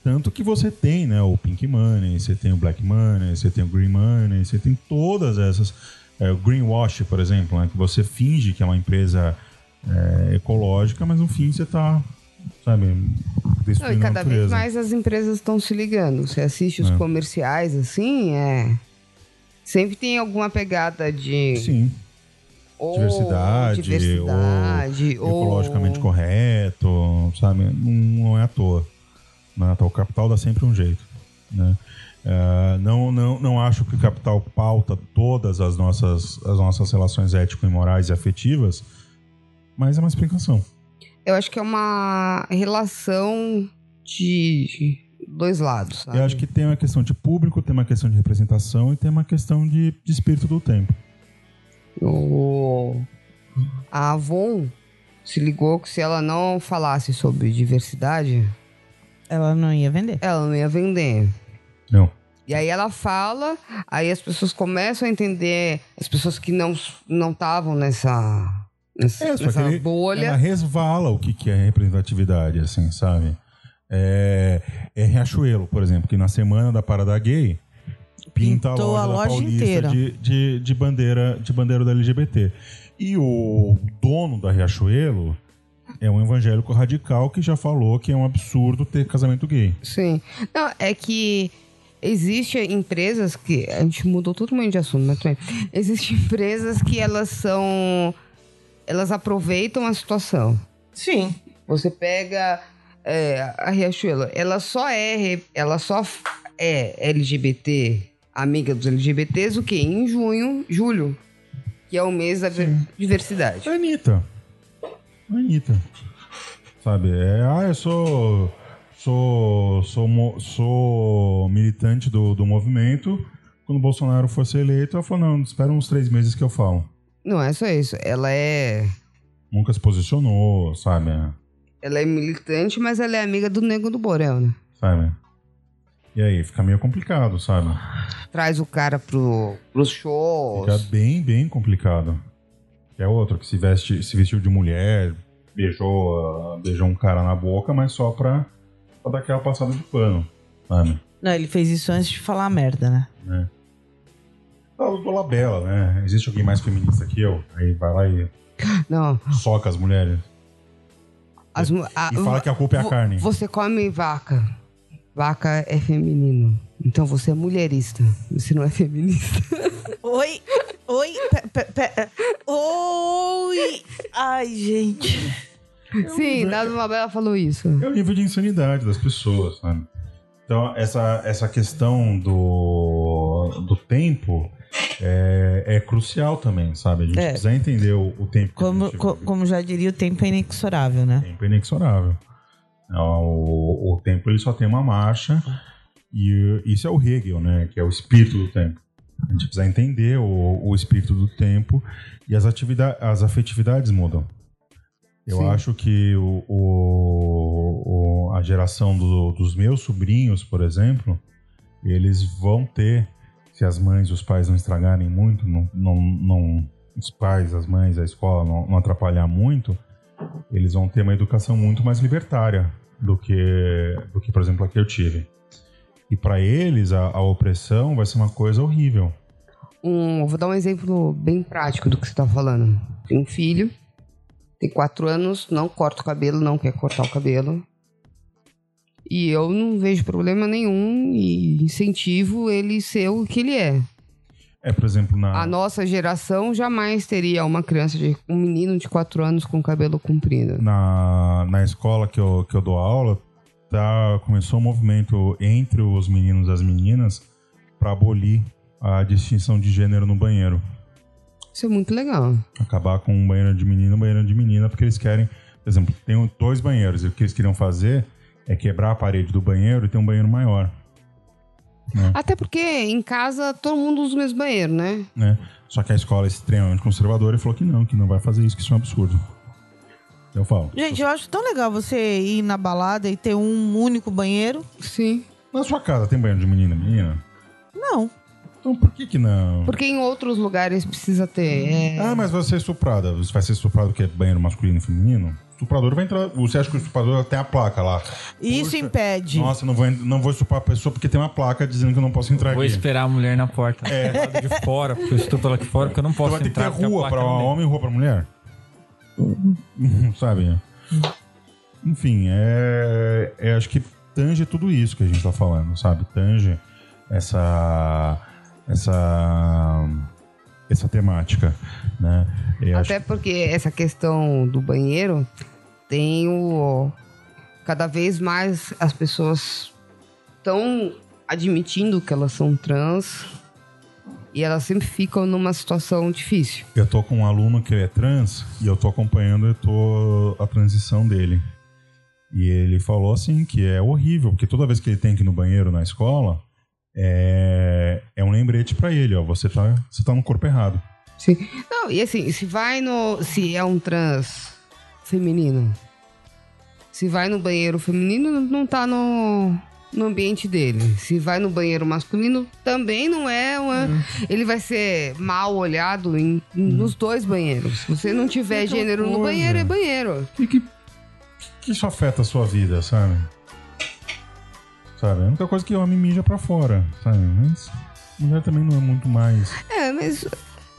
D: Tanto que você tem, né, o Pink Money, você tem o Black Money, você tem o Green Money, você tem todas essas. É, o Greenwash, por exemplo, né, que você finge que é uma empresa é, ecológica, mas no fim você tá, sabe,
C: Não, e
D: destruindo a
C: cada vez
D: natureza.
C: mais as empresas estão se ligando. Você assiste os
D: É.
C: comerciais, assim, é. Sempre tem alguma pegada de.
D: Sim,
C: ou
D: Diversidade,
C: diversidade, ou,
D: ecologicamente correto, sabe? Não, não é à toa. Não é à toa. O capital dá sempre um jeito, né? Ah, não, não, não acho que o capital pauta todas as nossas, as nossas relações ético e morais e afetivas, mas é uma explicação.
C: Eu acho que é uma relação de dois lados. Sabe?
D: Eu acho que tem uma questão de público, tem uma questão de representação e tem uma questão de, de espírito do tempo.
C: O... A Avon se ligou que se ela não falasse sobre diversidade,
B: Ela não ia vender.
C: ela não ia vender.
D: Não.
C: E aí ela fala, aí as pessoas começam a entender, as pessoas que não não estavam nessa nessa,
D: É, só
C: nessa
D: que ele-
C: bolha.
D: Ela resvala o que, que é representatividade, assim, sabe? É, é Riachuelo, por exemplo, que na semana da Parada Gay pinta
B: Pintou
D: a loja, da
B: a loja
D: Paulista
B: inteira.
D: De, de, de bandeira de bandeira da LGBT. E o dono da Riachuelo é um evangélico radical que já falou que é um absurdo ter casamento gay.
C: Sim. Não, é que existe empresas que. A gente mudou totalmente de assunto, mas também. Existem empresas que elas são. Elas aproveitam a situação.
B: Sim.
C: Você pega é, a Riachuelo, ela só é. re- Ela só f- é LGBT, amiga dos LGBTs, o quê? Em junho, julho. Que é o mês da ver- diversidade.
D: É Anitta. É Anitta. Sabe? É, ah, eu sou. Sou. Sou, mo- sou militante do, do movimento. Quando o Bolsonaro fosse eleito, ela falou: não, espera uns três meses que eu falo.
C: Não é só isso. Ela é.
D: Nunca se posicionou, sabe?
C: Ela é militante, mas ela é amiga do Nego do Borel, né?
D: Sabe? E aí, fica meio complicado, sabe?
C: traz o cara pro, pros
D: Fica
C: shows.
D: bem, bem complicado. É outro que se, veste, se vestiu de mulher, beijou, ah, beijou um cara na boca, mas só pra, pra dar aquela passada de pano, sabe?
B: Não, ele fez isso antes de falar merda, né?
D: Ah, o do Labela, né? Existe alguém mais feminista que eu? Aí vai lá e
C: Não,
D: soca as mulheres.
C: as, mu-
B: Ah,
C: a-
D: E fala que a culpa é a
C: vo-
D: carne.
C: Você come vaca. Vaca é feminino. Então você é mulherista. Você não é feminista.
B: Oi, oi, pe, pe, pe- oi. Ai, gente.
C: Sim, Nado Mabela falou isso.
D: É o nível de insanidade das pessoas, sabe? Então, essa, essa questão do, do tempo é, é crucial também, sabe? A gente
B: É.
D: precisa entender o, o tempo que a
B: Como,
D: gente
B: co-
D: vive.
B: como já diria, o tempo é inexorável,
D: O
B: né?
D: tempo é inexorável. É, O, o tempo ele só tem uma marcha
B: Uhum.
D: e isso é o Hegel, né? Que é o espírito do tempo. A gente precisa entender o, o espírito do tempo e as atividades, as afetividades mudam. Eu
C: Sim.
D: acho que o, o- o- a geração do- dos meus sobrinhos, por exemplo, eles vão ter, se as mães e os pais não estragarem muito, não, não, não- os pais, as mães, a escola não, não atrapalhar muito, eles vão ter uma educação muito mais libertária do que, do que por exemplo, a que eu tive. E para eles, a, a opressão vai ser uma coisa horrível.
C: Um, eu vou dar um exemplo bem prático do que você tá falando. Tem um filho, tem quatro anos, não corta o cabelo, não quer cortar o cabelo. E eu não vejo problema nenhum e incentivo ele ser o que ele é.
D: É, por exemplo, na.
C: A nossa geração jamais teria uma criança de um menino de 4 anos com cabelo comprido.
D: na, na escola que eu, que eu dou aula, tá, começou um movimento entre os meninos e as meninas para abolir a distinção de gênero no banheiro.
C: Isso é muito legal.
D: Acabar com um banheiro de menino e um banheiro de menina, porque eles querem, por exemplo, tem um- dois banheiros, e o que eles queriam fazer é quebrar a parede do banheiro e ter um banheiro maior.
C: Até porque em casa todo mundo usa o mesmo banheiro, né?
D: né? Só que a escola é extremamente conservadora e falou que não, que não vai fazer isso, que isso é um absurdo. Eu falo.
B: Gente, eu acho tão legal você ir na balada e ter um único banheiro.
C: Sim.
D: Na sua casa tem banheiro de menino e menina?
B: Não.
D: Então por que que não?
C: Porque em outros lugares precisa ter. é,
D: Ah, mas vai ser estuprada. Você vai ser estuprado porque é banheiro masculino e feminino? O estuprador vai entrar. Você acha que o estuprador tem a placa lá?
B: Isso
D: Poxa,
B: impede.
D: Nossa, não vou, en- não vou estuprar a pessoa porque tem uma placa dizendo que eu não posso entrar
E: Vou
D: aqui.
E: esperar a mulher na porta. É, do lado de fora, porque eu estou pela aqui fora, porque eu não
D: Então
E: posso
D: vai ter que ter
E: entrar. porque a
D: rua
E: placa é
D: pra
E: não deixa.
D: homem e rua pra mulher?
E: Uhum.
D: [LAUGHS] Sabe? Enfim, é, é- Acho que tange tudo isso que a gente tá falando, sabe? Tange essa. Essa. Essa temática, né? Eu acho
C: Até porque essa questão do banheiro tem o. Cada vez mais as pessoas estão admitindo que elas são trans e elas sempre ficam numa situação difícil.
D: Eu tô com um aluno que ele é trans e eu tô acompanhando eu tô a transição dele. E ele falou assim que é horrível, porque toda vez que ele tem que ir no banheiro na escola, é, é um lembrete pra ele, ó, você tá, você tá no corpo errado.
C: Não, e assim, se vai no. Se é um trans feminino, se vai no banheiro feminino, não- não tá no. No ambiente dele. Se vai no banheiro masculino, também não é. Uma... Ele vai ser mal olhado em, nos dois banheiros. Se você não tiver
D: Outra
C: gênero no
D: coisa.
C: banheiro, é banheiro.
D: E que, que isso afeta a sua vida, sabe? Sabe? É a única coisa que homem mija pra fora, sabe? Mas mulher também não é muito mais.
C: É, mas.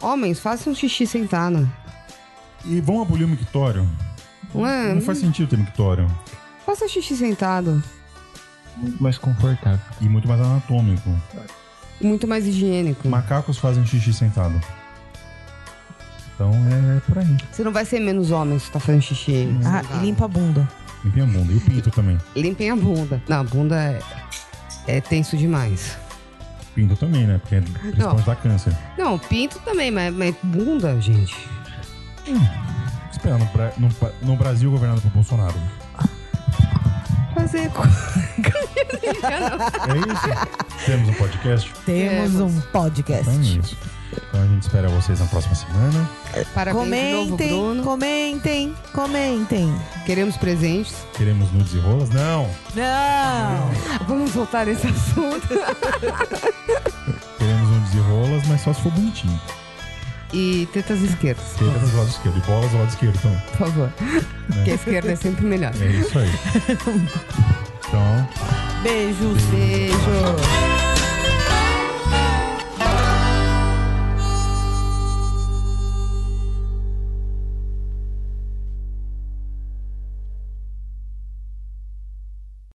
C: Homens, façam um xixi sentado.
D: E vão abolir o mictório?
C: Não é?
D: Não faz sentido ter mictório.
C: Faça xixi sentado.
E: Muito mais confortável.
D: E muito mais anatômico.
C: Muito mais higiênico.
D: Macacos fazem xixi sentado. Então é por aí.
C: Você não vai ser menos homem se tá fazendo xixi.
B: Ah,
C: sentado.
B: limpa a bunda.
D: Limpem a bunda. E o pinto também.
C: Limpem a bunda. Não, a bunda é, é tenso demais.
D: Pinto também, né? Porque principalmente dá câncer.
C: Não, pinto também, mas, mas bunda, gente.
D: Espera, no, Bra- no Pa- no Brasil governado por Bolsonaro.
C: Fazer. co-
D: É [LAUGHS] isso? Temos um podcast?
B: Temos um podcast.
D: Então é isso. Então a gente espera vocês na próxima semana.
B: é
C: Parabéns de
B: Comentem,
C: novo, Bruno.
B: comentem, comentem.
C: Queremos presentes.
D: Queremos nudes e rolas? Não!
B: Não!
C: Vamos voltar nesse assunto.
D: Queremos nudes e rolas, mas só se for bonitinho.
C: E tetas esquerdas,
D: Tetas do lado esquerdo e bolas do lado esquerdo também.
C: por favor. Porque a esquerda é
D: [LAUGHS]
C: sempre melhor.
D: É isso aí. Então,
B: Beijos.
C: Beijo.